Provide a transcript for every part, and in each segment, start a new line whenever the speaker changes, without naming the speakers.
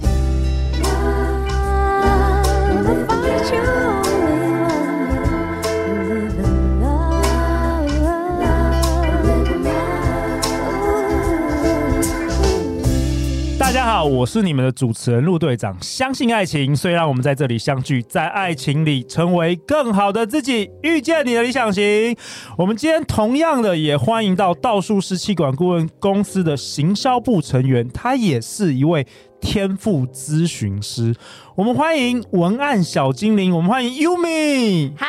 他。
Love, find your only one. Live in love, live in love.
大家好，我是你们的主持人陆队长。相信爱情，所以让我们在这里相聚，在爱情里成为更好的自己，遇见你的理想型。我们今天同样的也欢迎到道术师气管顾问公司的行销部成员，他也是一位天赋咨询师。我们欢迎文案小精灵，我们欢迎 Yumi。
嗨，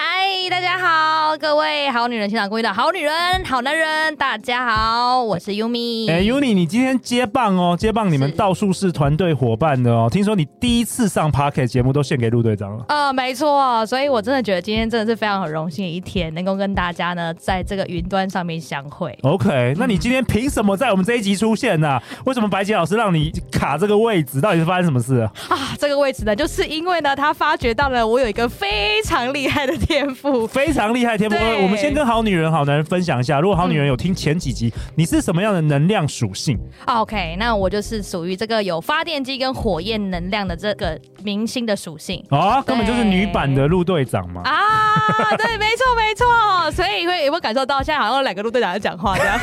大家好，各位好女人情场公益的好女人、好男人，大家好，我是 Yumi。
哎、y u m i 你今天接棒哦，接棒你们
嗯是
道术士团队伙伴的哦。听说你第一次上 p o c k e t 节目都献给陆队长了。
呃，没错，所以我真的觉得今天真的是非常很荣幸的一天，能够跟大家呢在这个云端上面相会。嗯
OK，那你今天凭什么在我们这一集出现呢、为什么白杰老师让你卡这个位置？到底是发生什么事、啊？
啊，这个位置呢，就是因为呢，他发掘到了我有一个非常厉害的天赋。
非常厉害，天赋
对嗯
我们先跟好女人、好男人分享一下。如果好女人有听前几集，你是什么样的能量属性？
OK，那我就是属于这个有发电机跟火焰能量的这个明星的属性。
哦，根本就是女版的陆队长嘛。
啊，对，没错没错，所以会有没有感受到现在好像有两个陆队长在讲话这样？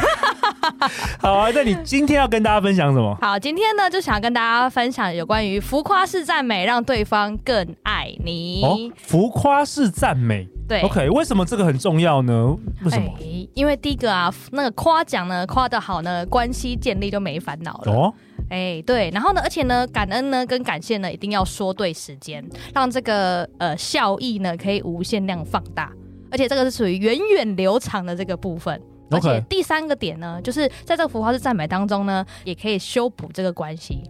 好啊，那你今天要跟大家分享什么？
好，今天呢就想跟大家分享有关于浮夸式赞美，让对方更爱你。
哦，浮夸式赞美。
对
OK，为什么这个很重要呢？为什么？
哎因为第一个啊，那个夸奖呢，夸得好呢，关系建立就没烦恼了。
哦，
哎，对，然后呢，而且呢，感恩呢跟感谢呢，一定要说对时间，让这个呃效益呢可以无限量放大，而且这个是属于源远流长的这个部分。而
OK
且第三个点呢，就是在这个符号式赞美当中呢，也可以修补这个关系。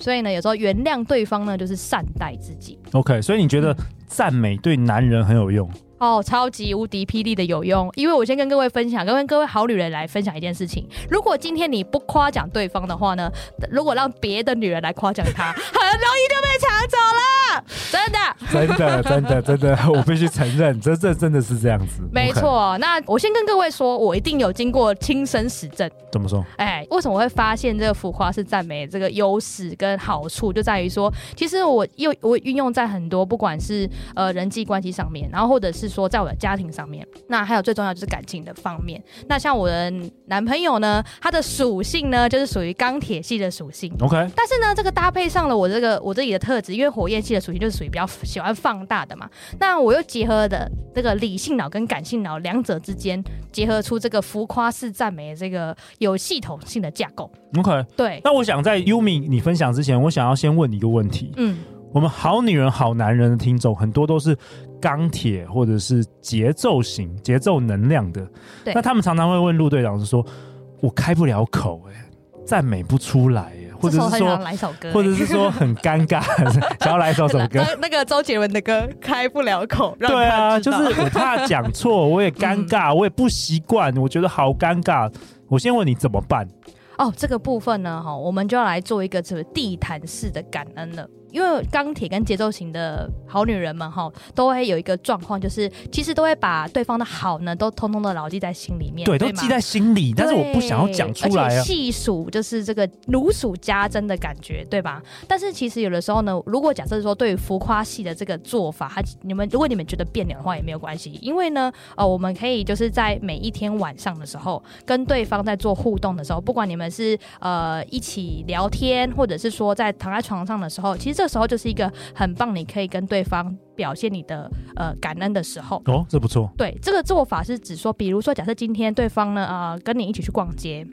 所以呢，有时候原谅对方呢，就是善待自己。
OK，所以你觉
嗯
得赞美对男人很有 用？
哦，超级无敌霹雳的有用！因为我先跟各位分享，跟各位好女人来分享一件事情：如果今天你不夸奖对方的话呢，如果让别的女人来夸奖他，很容易就被抢走了，真的。
真的，真的，真的， 我必须承认，这这真的是这样子。
没
OK，
错，那我先跟各位说，我一定有经过亲身实证。
怎么说？
哎，为什么会发现这个浮夸式赞美这个优势跟好处，就在于说，其实我又我运用在很多不管是呃人际关系上面，然后或者是说在我的家庭上面，那还有最重要就是感情的方面。那像我的男朋友呢，他的属性呢就是属于钢铁系的属性。
OK，
但是呢，这个搭配上了我这个我自己的特质，因为火焰系的属性就是属于比较喜欢放大的嘛。那我又结合的这个理性脑跟感性脑两者之间结合出这个浮夸式赞美的这个有系统性的架构。
OK，
对，
那我想在 Yumi 你分享之前，我想要先问你一个问题：
嗯，
我们好女人、好男人的听众很多都是钢铁或者是节奏型、节奏能量的，
对
那他们常常会问陆队长是说：“我开不了口、欸，赞美不出来、欸，或
嗯这时
者
候
是
很想
说，
来首歌、
或者是说很尴尬， 想要来一 首什么歌？”
那那个周杰伦的歌开不了口，让
对啊，
他知
就
道嗯
是我怕讲错，我也尴 尬，我也不习惯，我觉得好尴尬。我先问你怎么办？
哦，这个部分呢，哈，我们就要来做一个什么地毯式的感恩了。因为钢铁跟节奏型的好女人们哈，都会有一个状况，就是其实都会把对方的好呢，都通通的牢记在心里面，
对，都
吗
记在心里，但是我不想要
对
讲出来
而且
啊。
细数就是这个如数家珍的感觉，对吧？但是其实有的时候呢，如果假设说对于浮夸系的这个做法，它你们如果你们觉得别扭的话也没有关系，因为呢，呃，我们可以就是在每一天晚上的时候，跟对方在做互动的时候，不管你们是呃一起聊天，或者是说在躺在床上的时候，其实这时候就是一个很棒，你可以跟对方表现你的呃感恩的时候。
哦，这不错。
对，这个做法是指说，比如说，假设今天对方呢，呃，跟你一起去逛街，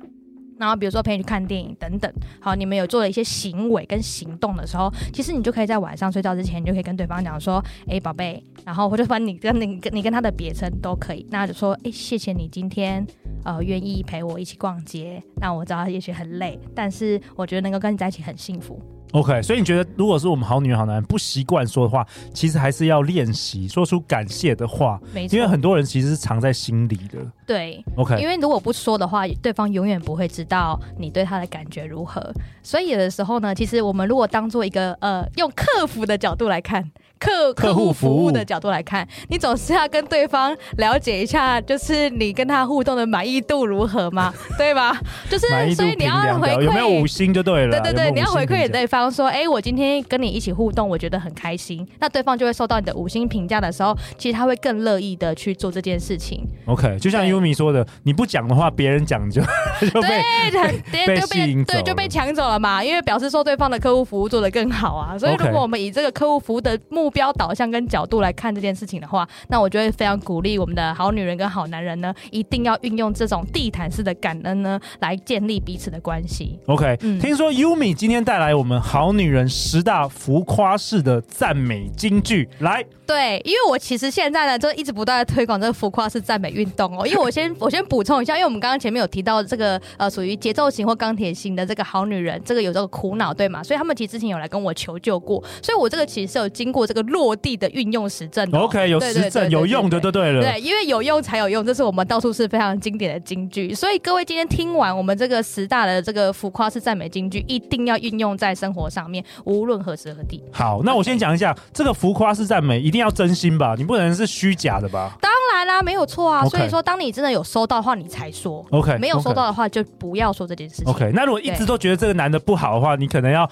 然后比如说陪你去看电影等等，好，你们有做了一些行为跟行动的时候，其实你就可以在晚上睡觉之前，你就可以跟对方讲说，哎，宝贝，然后或者把你跟你跟你跟他的别称都可以，那就说，哎，谢谢你今天呃愿意陪我一起逛街，那我知道也许很累，但是我觉得能够跟你在一起很幸福。
OK，所以你觉得，如果是我们好女人、好男人不习惯说的话，其实还是要练习说出感谢的话，
没错，
因为很多人其实是藏在心里的。
对，因
OK，
为如果不说的话，对方永远不会知道你对他的感觉如何。所以有的时候呢，其实我们如果当做一个呃，用客服的角度来看，客
客户
客户服
服务
务的角度来看，你总是要跟对方了解一下，就是你跟他互动的满意度如何 嘛，对吧？就是
满意度
所以
评
你要
量
回
表
馈
有没有五星就对了啦。
对对
有没有
对，你要
五星
回馈
评
给
价
对方说，哎、我今天跟你一起互动，我觉得很开心。那对方就会收到你的五星评价的时候，其实他会更乐意的去做这件事情。
OK，就像
对
Yumi 说的，你不讲的话，别人讲就 就被
对，很
被
对就
吸
被
引走
对就被抢走了嘛，因为表示说对方的客户服务做得更好啊。所以
OK
如果我们以这个客户服务的目标导向跟角度来看这件事情的话，那我就会非常鼓励我们的好女人跟好男人呢，一定要运用这种地毯式的感恩呢，来建立彼此的关系。
OK、
嗯
听说 Yumi 今天带来我们好女人十大浮夸式的赞美金句，来，
对，因为我其实现在呢，就一直不断的推广这个浮夸式赞美运 动哦。因为我先我先补充一下，因为我们刚刚前面有提到这个呃，属于节奏型或钢铁型的这个好女人，这个有这个苦恼对吗？所以他们其实之前有来跟我求救过，所以我这个其实是有经过这个落地的运用实证的哦、
OK，有
对
实证有用的就对了。
对，因为有用才有用，这是我们到处是非常经典的金句。所以各位今天听完我们这个十大的这个浮夸式赞美金句，一定要运用在生活上面，无论何时何地。
好，那我先讲一下这个浮夸式赞美，一定要真心吧，你不能是虚假的吧
当然啦，没有错啊。
OK 哎
所以说，当你真的有收到的话，你才说；
？OK，
没有收到的话，就不要说这件事情。
OK，那如果一直都觉得这个男的不好的话，你可能要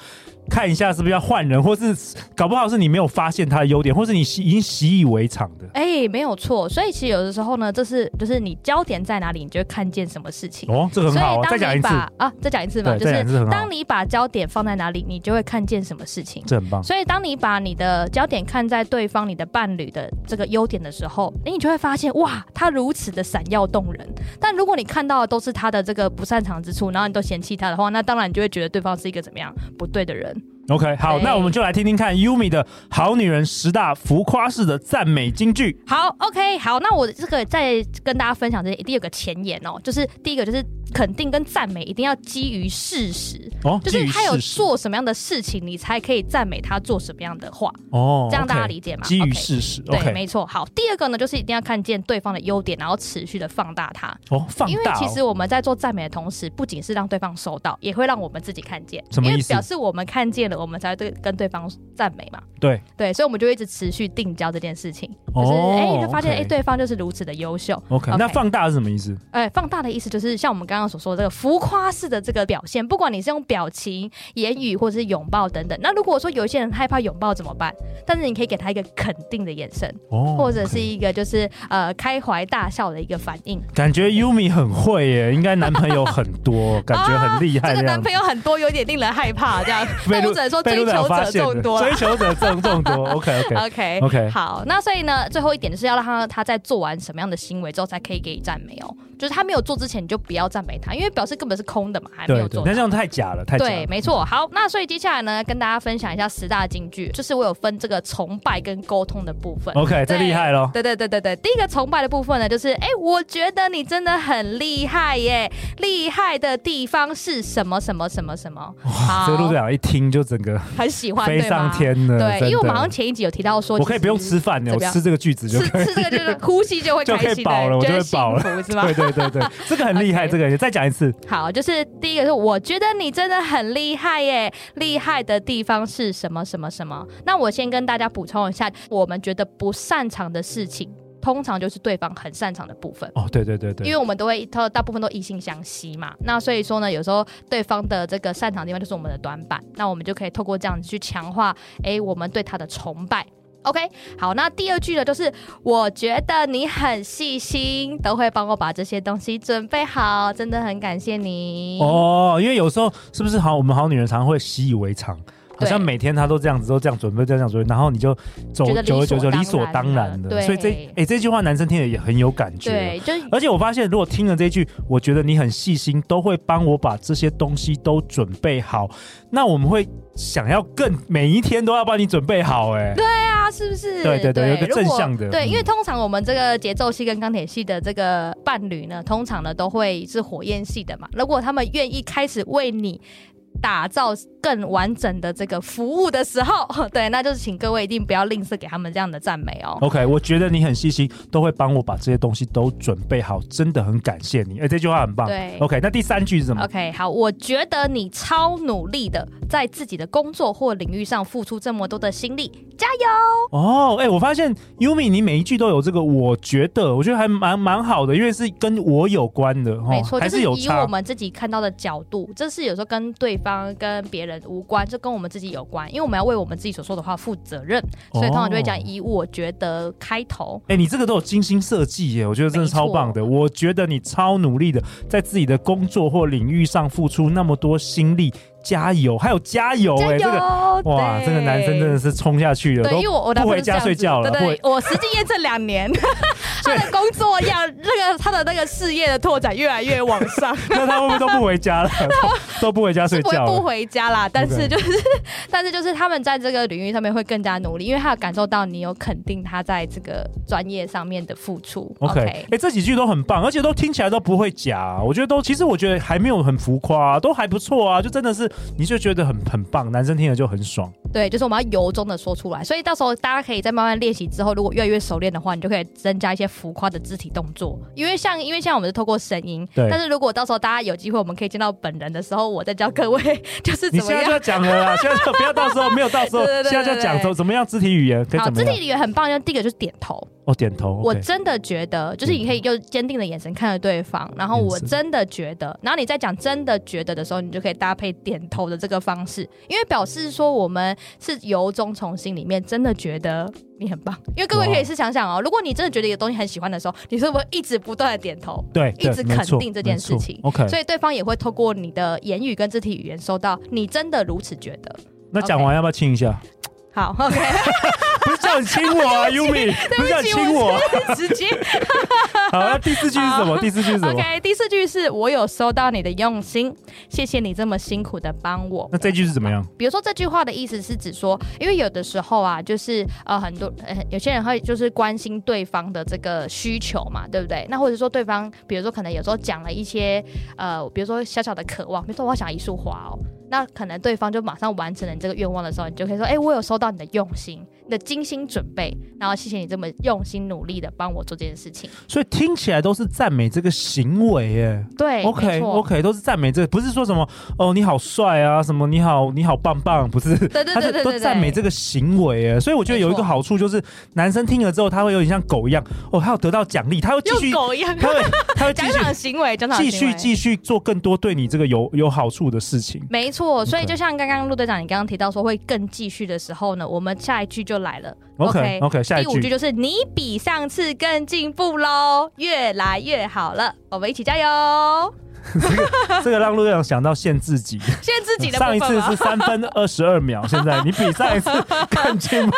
看一下是不是要换人，或是搞不好是你没有发现他的优点，或是你习已经习以为常的。
哎、没有错。所以其实有的时候呢，这是就是你焦点在哪里，你就会看见什么事情。
哦，这个
所
很好、哦，再讲
以当
一
你
次，
把啊，再讲一次嘛，
对
就
再讲一次很
是
好
当你把焦点放在哪里，你就会看见什么事情。
这很棒。
所以，当你把你的焦点看在对方、你的伴侣的这个优点的时候，你就会发现，哇，他如此的闪耀动人。但如果你看到的都是他的这个不擅长之处，然后你都嫌弃他的话，那当然你就会觉得对方是一个怎么样不对的人。
OK，好，
对
那我们就来听听看 Yumi 的好女人十大浮夸式的赞美金句。
好，OK，好，那我这个再跟大家分享这一定有个前言哦，就是第一个就是肯定跟赞美一定要基于事实。
哦，
就
基
是
于
他有
事实
做什么样的事情，你才可以赞美他做什么样的话，
哦，
这样大家
OK，
理解吗
基于
OK
事实
对，
，OK，
没错。好，第二个呢，就是一定要看见对方的优点，然后持续的放大它。
哦，放
因为
大、哦，
其实我们在做赞美的同时，不仅是让对方收到，也会让我们自己看见。
什么
因
意
为
思
表示我们看见了，我们才会对跟对方赞美嘛。
对
对，所以我们就一直持续定焦这件事情，就是哎、他发现哎、
哦 OK
对方就是如此的优秀。
OK，那放大是什么意思？
哎、放大的意思就是像我们刚刚所说的这个浮夸式的这个表现，不管你是用表情、言语或者是拥抱等等。那如果说有一些人害怕拥抱怎么办？但是你可以给他一个肯定的眼神，
哦，
或者是
OK
一个就是呃开怀大笑的一个反应。
感觉 Yumi 很会耶，应该男朋友很多， 感觉很厉害
啊这
的样
个男
子
朋。友很多，有点令人害怕这 样。
被
那
录
我只能说
被
追
录
求
发
者
现了
众多啊啦
追求者众众 多。OK OK，
OK
OK
好，那所以呢，最后一点就是要让他他在做完什么样的行为之后才可以给予赞美哦，就是他没有做之前你就不要赞美他，因为表示根本是空的嘛，还没
对
有
对
做，
那。这样太假了，太假
对，
了。
没错。好，那所以接下来呢，跟大家分享一下十大金句，就是我有分这个崇拜跟沟通的部分。
OK，这
对
厉害咯。
对对对对对，第一个崇拜的部分呢，就是哎、我觉得你真的很厉害耶，厉害的地方是什么什么什么什么？好
这个陆队长一听就整个
很喜欢，
飞
对
上
吗？
天了。
对，因为我
真的
们好像前一集有提到说，
我可以
其实
不用吃饭呢，我
怎么样
吃这个句子就
吃
可以。
吃这 个就是呼吸就会
就
开
可以
心的，
饱了我就
会
会饱了
幸福是吗
对？对对对，这个很厉害，
OK
这个再讲一次。
好，就是第一个是我觉得你真的很厉害耶，厉害的地方是什么什么什么？那我先跟大家补充一下，我们觉得不擅长的事情，通常就是对方很擅长的部分。
哦，对对对
因
对
为，我们都会，大大部分都异性相吸嘛，那所以说呢，有时候对方的这个擅长的地方就是我们的短板，那我们就可以透过这样子去强化，诶，我们对他的崇拜。OK，好，那第二句呢，就是我觉得你很细心，都会帮我把这些东西准备好，真的很感谢你。
哦，因为有时候是不是好，我们好女人常常会习以为常。好
对
像每天她都这样子，都这样准备，这样准备，然后你就走
觉得理
久而久之
所
理
当
所
然
当
了
然的，
对
所以这哎、这句话男生听了也很有感觉。
对，就是
而且我发现，如果听了这句，我觉得你很细心，都会帮我把这些东西都准备好，那我们会想要更每一天都要帮你准备好、哎，
啊，是不是？
对对对有一个
如果
正向的
对，
嗯
因为通常我们这个节奏系跟钢铁系的这个伴侣呢，通常呢都会是火焰系的嘛。如果他们愿意开始为你打造更完整的这个服务的时候， 对，那就是请各位一定不要吝啬给他们这样的赞美哦。
OK，我觉得你很细心，都会帮我把这些东西都准备好，真的很感谢你。哎、这句话很棒。
对
OK，那第三句是什么
OK，好，我觉得你超努力的，在自己的工作或领域上付出这么多的心力，加油！
哦，哎、我发现 Yumi 你每一句都有这个，我觉得我觉得还蛮蛮好的，因为是跟我有关的，哦
没错，
还
就是是
有
以我
差。
们自己看到的角度，这是有时候跟对方、跟别人无关，就跟我们自己有关，因为我们要为我们自己所说的话负责任，所以通常就会讲
哦
以我觉得开头。
哎、你这个都有精心设计耶，我觉得真的
没错
超棒的。我觉得你超努力的，在自己的工作或领域上付出那么多心力，加油！还有加油！
加
哎，这个
油！
哇，
对
这个男生真的。是冲下去了，
对，
都
因为我我男
不
朋
回
友是这
家
样子
睡觉了，
对
不
对
回，
我实际验证 两年，他的工作要那个他的那个事业的拓展越来越往上，
那他会不会都不回 家了？都都不回家睡
是不会
觉
不
了？
回家啦，但是就是， 但是就是他们在这个领域上面会更加努力，因为他有感受到你有肯定他在这个专业上面的付出。
OK，哎、这几句都很棒，而且都听起来都不会假、啊我觉得都其实我觉得还没有很浮夸、都还不错啊，就真的是你就觉得很很棒，男生听了就很 爽。
对，就是我们要由衷的说出来，所以到时候大家可以在慢慢练习之后，如果越来越熟练的话，你就可以增加一些浮夸的肢体动作，因为像因为像我们是透过声音，
对
但是如果到时候大家有机会，我们可以见到本人的时候，我再教各位 就是
你
怎
现
么
在就
样。
要讲了 啦，现在就不要到时候没有到时候，
对对对对
现在就讲
对对
怎怎么样肢体语言可以
好，
怎么
肢
样
体？语言很棒，就第一个就是点头，
哦，点头。
我
OK
真的觉得，就是你可以用坚定的眼神看着对方，
嗯
然后我
眼神
真的觉得，然后你在讲真的觉得的时候，你就可以搭配点头的这个方式，因为表示说我们是由衷从心里面真的觉得你很棒。因为各位
哇
可以试想想哦，如果你真的觉得一个东西很喜欢的时候，你是不是一直不断的点头？
对，
一直
对没
肯
错
定这件
没错
事情
OK，
所以对方也会透过你的言语跟肢体语言收到你真的如此觉得。
那讲完要不要亲一 下？
好，OK，
不是叫你亲我啊，Yumi，不是叫你亲我。
直 接。
好，那第四句是什么？
好
第四句是什么？
OK，第四句是我有收到你的用心，谢谢你这么辛苦的帮我。
那这句是怎么样？
比如说这句话的意思是指说，因为有的时候啊，就是呃很多呃有些人会就是关心对方的这个需求嘛，对不对？那或者说对方，比如说可能有时候讲了一些呃，比如说小小的渴望，比如说我想一束花哦，那可能对方就马上完成了你这个愿望的时候，你就可以说，哎、我有收到你的用心，你的精心准备，然后谢谢你这么用心努力的帮我做这件事情。
所以听起来都是赞美这个行为耶。
对
OK
没错
OK，都是赞美这个，不是说什么哦你好帅啊，什么你好你好棒棒，不是，
对对
他
对对
是
对
都
对
赞美这个行为耶。所以我觉得有一个好处就是，男生听了之后他会有点像狗一样，哦，他有得到奖励，他会继续
用，狗一样。
他会他会继
奖
续
赏行为，奖赏
继
行
续
为。
继续做更多对你这个有有好处的事情。
没错，所以
OK
就像刚刚陆队长你刚刚提到说会更继续的时候呢，我们下一句就来了。
OK OK，下一
第五句
句。
就是你比上次更进步喽，越来越好了，我们一起 加油！
这个让陆队长想到限自己，
现在自己的
上一
部分啊
次
吗
是？三分二十二秒，现在你比上一次 更进步，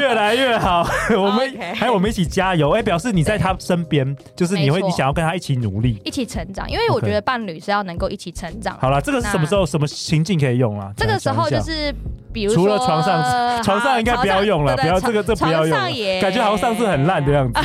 越来越好。 我们
OK
还有我们一起加油，哎、表示你在他身边，就是你会
没错
你想要跟他一起努力。
一起成长，因为我
OK
觉得伴侣是要能够一起成长。
好了，这个是什么时候、什么情境可以用啊？
这个时候
讲
就
一下。
是，比如说
除
呃
了床上，床上应该不要用了，
好
不要这个，这
床
个不要用
床
了
上也，
感觉好像上次很烂的样子。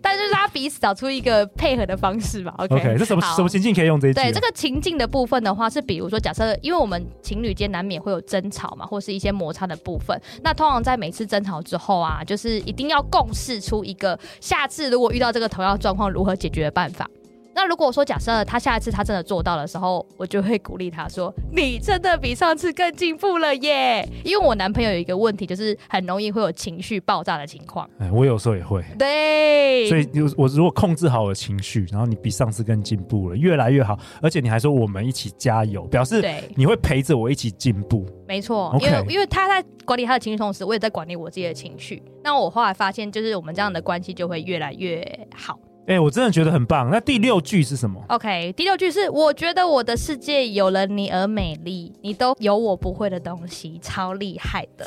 但就是他彼此找出一个配合的方式吧。OK，,
OK，这什么
好
什么情境可以用这一句啊？
对这个情境的部分的话，是比如说，假设因为我们情侣间难免会有争吵嘛，或是一些摩擦的部分。那通常在每次争吵之后啊，就是一定要共识出一个下次如果遇到这个同样状况如何解决的办法。那如果说假设他下一次他真的做到的时候，我就会鼓励他说：“你真的比上次更进步了耶！”因为我男朋友有一个问题，就是很容易会有情绪爆炸的情况。
哎，我有时候也会。
对，
所以有，我如果控制好我的情绪，然后你比上次更进步了，越来越好，而且你还说我们一起加油，表示
对，
你会陪着我一起进步。
没错，
OK
因为因为他在管理他的情绪同时，我也在管理我自己的情绪。那我后来发现，就是我们这样的关系就会越来越好。
哎、我真的觉得很棒。那第六句是什么？
OK，第六句是我觉得我的世界有了你而美丽，你都有我不会的东西，超厉害的。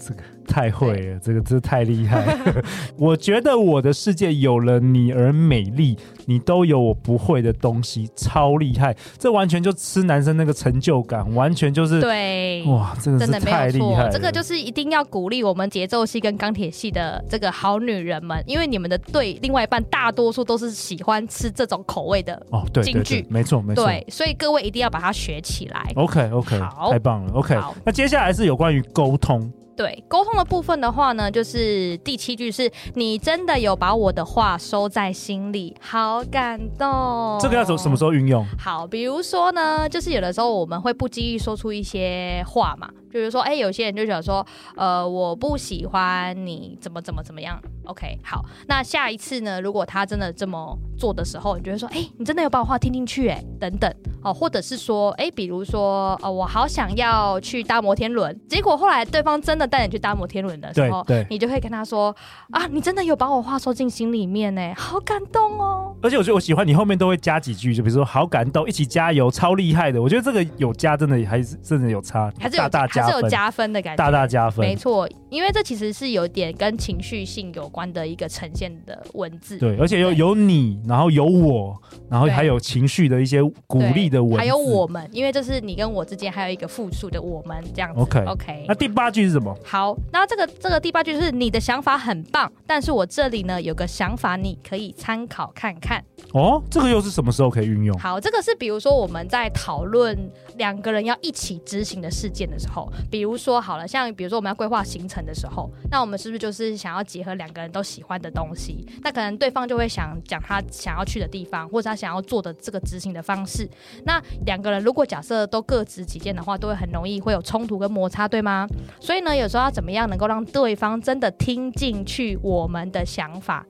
这个太会了，这个真是太厉害。 我觉得我的世界有了你而美丽，你都有我不会的东西，超厉害。这完全就吃男生那个成就感，完全就是
对。
哇，真的
真
是
的没
太
有
厉害
错
了。，
这个就是一定要鼓励我们节奏系跟钢铁系的这个好女人们，因为你们的对另外一半大多数都是喜欢吃这种口味的，
哦，对对
京
对
剧，
没错没错。
对，所以各位一定要把它学起来。
OK OK，
好
太棒了 OK
好。
那接下来是有关于沟通，
对，沟通的部分的话呢，就是第七句是你真的有把我的话收在心里，好感动。
这个要从什么时候运用？
好，比如说呢，就是有的时候我们会不经意说出一些话嘛，比如说，哎、有些人就想说，呃，我不喜欢你怎么怎么怎么样。OK，好，那下一次呢，如果他真的这么做的时候，你就会说，哎、你真的有把我话听进去、哎，等等，哦，或者是说，哎、比如说，呃，我好想要去搭摩天轮，结果后来对方真的带你去搭摩天轮的时
对
候，
对，
你就会跟他说，啊，你真的有把我话说进心里面、哎，好感动哦。
而且我觉得我喜欢你后面都会加几句，就比如说好感动，一起加油，超厉害的。我觉得这个有加真的还是真的有差，
还是有
大大
还
加
是有
分，
加分的感觉，
大大加分
没错，因为这其实是有点跟情绪性有关的一个呈现的文字，
对，而且有
对
有你，然后有我，然后
对
还有情绪的一些鼓
对，
励的文字，
还有我。们，因为这是你跟我之间还有一个复数的我们这样子。
OK
OK，
那第八句是什么？
好，那这个这个第八句就是你的想法很棒，但是我这里呢有个想法，你可以参考看看。
哦，这个又是什么时候可以运用？
好，这个是比如说我们在讨论两个人要一起执行的事件的时候，比如说好了，像比如说我们要规划行程的时候，那我们是不是就是想要结合两个人都喜欢的东西？那可能对方就会想讲他想要去的地方，或者他想要做的这个执行的方式。那两个人如果假设都各执己见的话，都会很容易会有冲突跟摩擦，对吗？所以呢，有时候要怎么样能够让对方真的听进去我们的想法？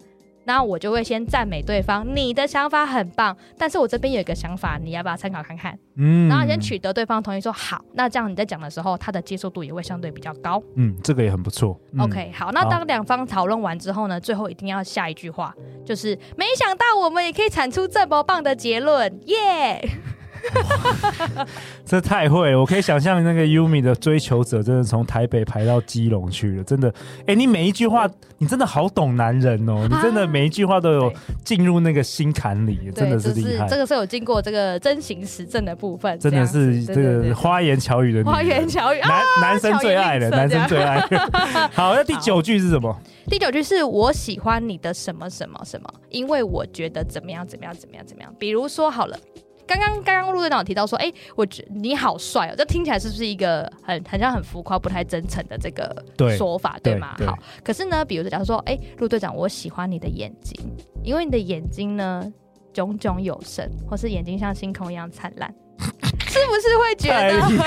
那我就会先赞美对方，你的想法很棒，但是我这边有一个想法，你要不要参考看看？
嗯
然后先取得对方同意，说好，那这样你在讲的时候，他的接受度也会相对比较高。
嗯，这个也很不错。嗯
OK，好，那
好
当两方讨论完之后呢，最后一定要下一句话，就是没想到我们也可以产出这么棒的结论，耶、
这太会了，我可以想象那个 Yumi 的追求者真的从台北排到基隆去了，真的。哎，你每一句话，你真的好懂男人
啊
哦，你真的每一句话都有
对
进入那个心坎里，真的是
这
厉害，
这个是有经过这个真情实证的部分，
真的是这
这样子对对
个
对
花言巧语的女人
花言巧语啊。
男男生最爱的，
巧
男
言
生
令色
最爱。 好，那第九句是什么？
第九句是我喜欢你的什么什么什么，因为我觉得怎么样怎么样怎么样怎么样。比如说好了，刚刚刚刚陆队长有提到说，哎、我觉你好帅哦，这听起来是不是一个很很像很浮夸、不太真诚的这个
对
说法，
对
对吗？
对
好，可是呢，比如说假如说，哎、陆队长，我喜欢你的眼睛，因为你的眼睛呢炯炯有神，或是眼睛像星空一样灿 烂，是不是会觉
太厉
得？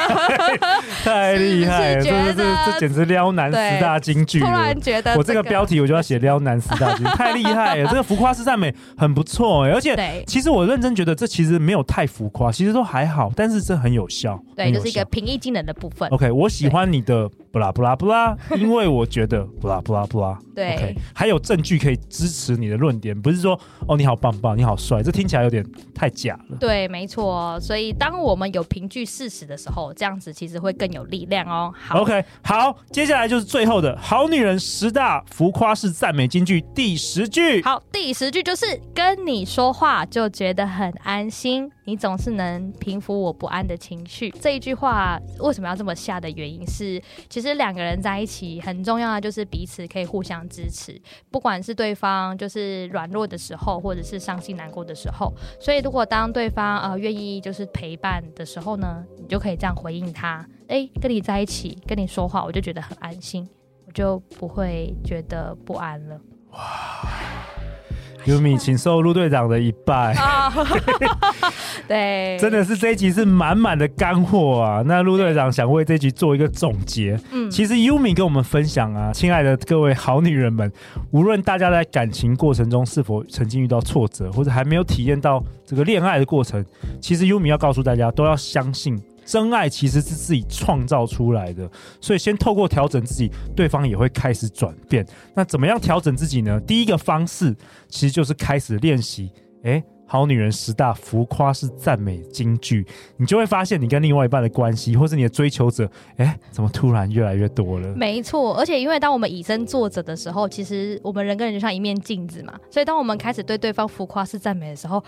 太厉害了，
是不
这
是觉得
这这简直撩男十大金句
突
了
然。觉得、
我这个标题我就要写撩男十大金句，太厉害了！这个浮夸式赞美很不错、哎而且
对。
其实我认真觉得这其实没有太浮夸，其实都还好，但是这很有效。
对，
很有
就是一个
效哦
平易近人的部分。
OK。我喜欢你的不啦不啦不啦，因为我觉 得不啦不啦不啦。
对
OK，还有证据可以支持你的论点，不是说哦你好棒棒，你好帅，这听起来有点太假了。
对，没错。哦所以当我们有凭据事实的时候，这样子其实会更有力量哦。好
OK，好，接下来就是最后的好女人十大浮夸式赞美金句第十句。
好，第十句就是跟你说话就觉得很安心，你总是能平复我不安的情绪。这一句话为什么要这么下的原因是，其实两个人在一起很重要的就是彼此可以互相支持，不管是对方就是软弱的时候，或者是伤心难过的时候。所以如果当对方呃愿意就是陪伴的时候呢，你就可以这样回应他：诶，跟你在一起，跟你说话，我就觉得很安心。我就不会觉得不安了
优米，请受陆队长的一 拜。
啊！ 对，
真的是这一集是满满的干货啊！那陆队长想为这一集做一个总结。
嗯
其实 Yumi 跟我们分享啊，亲爱的各位好女人们，无论大家在感情过程中是否曾经遇到挫折，或者还没有体验到这个恋爱的过程，其实 Yumi 要告诉大家，都要相信。真爱其实是自己创造出来的，所以先透过调整自己，对方也会开始转变。那怎么样调整自己呢？第一个方式其实就是开始练习，诶，好女人十大浮夸式赞美金句，你就会发现你跟另外一半的关系，或是你的追求者，哎，怎么突然越来越多了？
没错，而且因为当我们以身作则的时候，其实我们人跟人就像一面镜子嘛，所以当我们开始对对方浮夸式赞美的时候，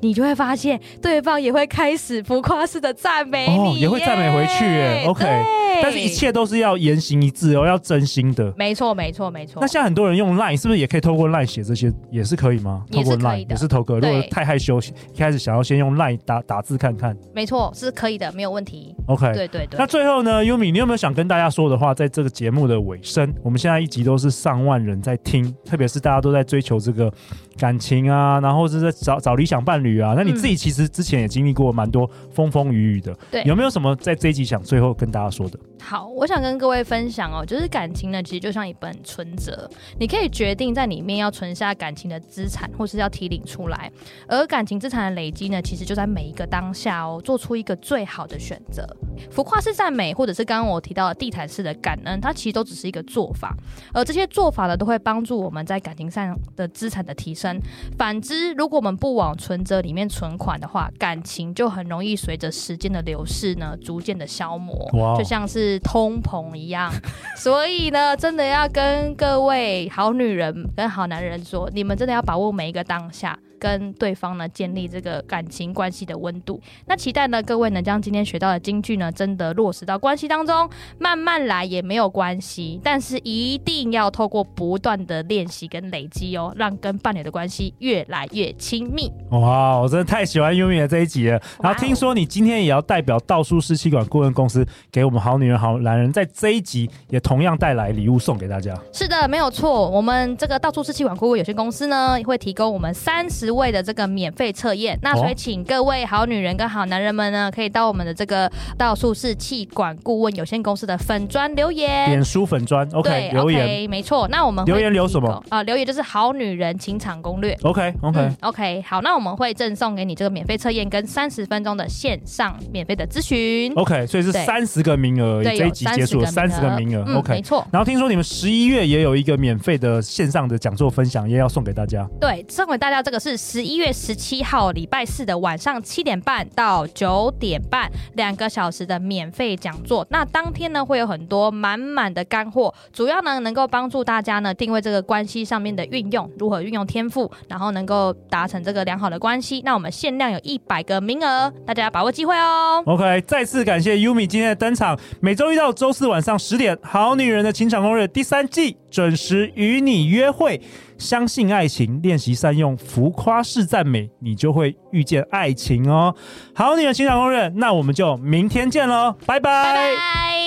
你就会发现对方也会开始浮夸式的赞美
哦
你耶、
也会赞美回去耶，OK
对
但是一切都是要言行一致哦，要真心的。
没错，没错，没错。
那现在很多人用 LINE，是不是也可以透过 LINE 写这些？也是可以吗？透
也是
过
可以
LINE
的
也是投个。如
对
果太害羞，一开始想要先用 LINE 打打字看看
没错是可以的，没有问题。
，OK。
对对对
那。最后呢，Yumi，你有没有想跟大家说的话？在这个节目的尾声，我们现在一集都是上万人在听，特别是大家都在追求这个感情啊，然后是在找找理想伴侣啊。那你
嗯
自己其实之前也经历过蛮多风风雨雨的，
对
有没有什么在这一集想最后跟大家说的？
好，我想跟各位分享哦，就是感情呢，其实就像一本存折，你可以决定在里面要存下感情的资产，或是要提领出来。而感情资产的累积呢，其实就在每一个当下哦，做出一个最好的选择。浮夸式赞美，或者是刚刚我提到的地毯式的感恩，它其实都只是一个做法，而这些做法呢，都会帮助我们在感情上的资产的提升。反之，如果我们不往存折里面存款的话，感情就很容易随着时间的流逝呢，逐渐的消磨
哇哦
就像是通膨一样。所以呢，真的要跟各位好女人跟好男人说，你们真的要把握每一个当下，跟对方呢建立这个感情关系的温度。那期待呢，各位能将今天学到的金句呢，真的落实到关系当中，慢慢来也没有关系，但是一定要透过不断的练习跟累积哦，让跟伴侣的关系越来越亲密。
哇，我真的太喜欢 Yumi 的这一集了。然后
哇哦
听说你今天也要代表道叔湿气管顾问公司给我们好女人好男人在这一集也同样带来礼物送给大家。
是的，没有错。我们这个到处是气管顾问有限公司呢，会提供我们三十位的这个免费测验。那所
哦
以，请各位好女人跟好男人们呢，可以到我们的这个到处是气管顾问有限公司的粉砖留言。
脸书粉砖 OK
哎对
留言
o k 没错。那我们会
留言留什么
提供？啊、留言就是《好女人情场攻略》。
OK OK，、
嗯、OK，好，那我们会赠送给你这个免费测验跟三十分钟的线上免费的咨询。
OK，所以是
对
三十个名额而已，
对，
哦这一
有
集结束了三十个名额、
嗯
OK
没。错。
然后听说你们十一月也有一个免费的线上的讲座分享，也要送给大家。
对，送给大家这个是十一月十七号礼拜四的晚上七点半到九点半两个小时的免费讲座。那当天呢会有很多满满的干货，主要呢能够帮助大家呢定位这个关系上面的运用，如何运用天赋，然后能够达成这个良好的关系。那我们限量有一百个名额，大家要把握机会哦。
OK，再次感谢 Yumi 今天的登场。每周一到周四晚上十点，《好女人的情场攻略》第三季准时与你约会。相信爱情，练习善用浮夸式赞美，你就会遇见爱情哦。好女人情场攻略，那我们就明天见喽，拜
拜拜。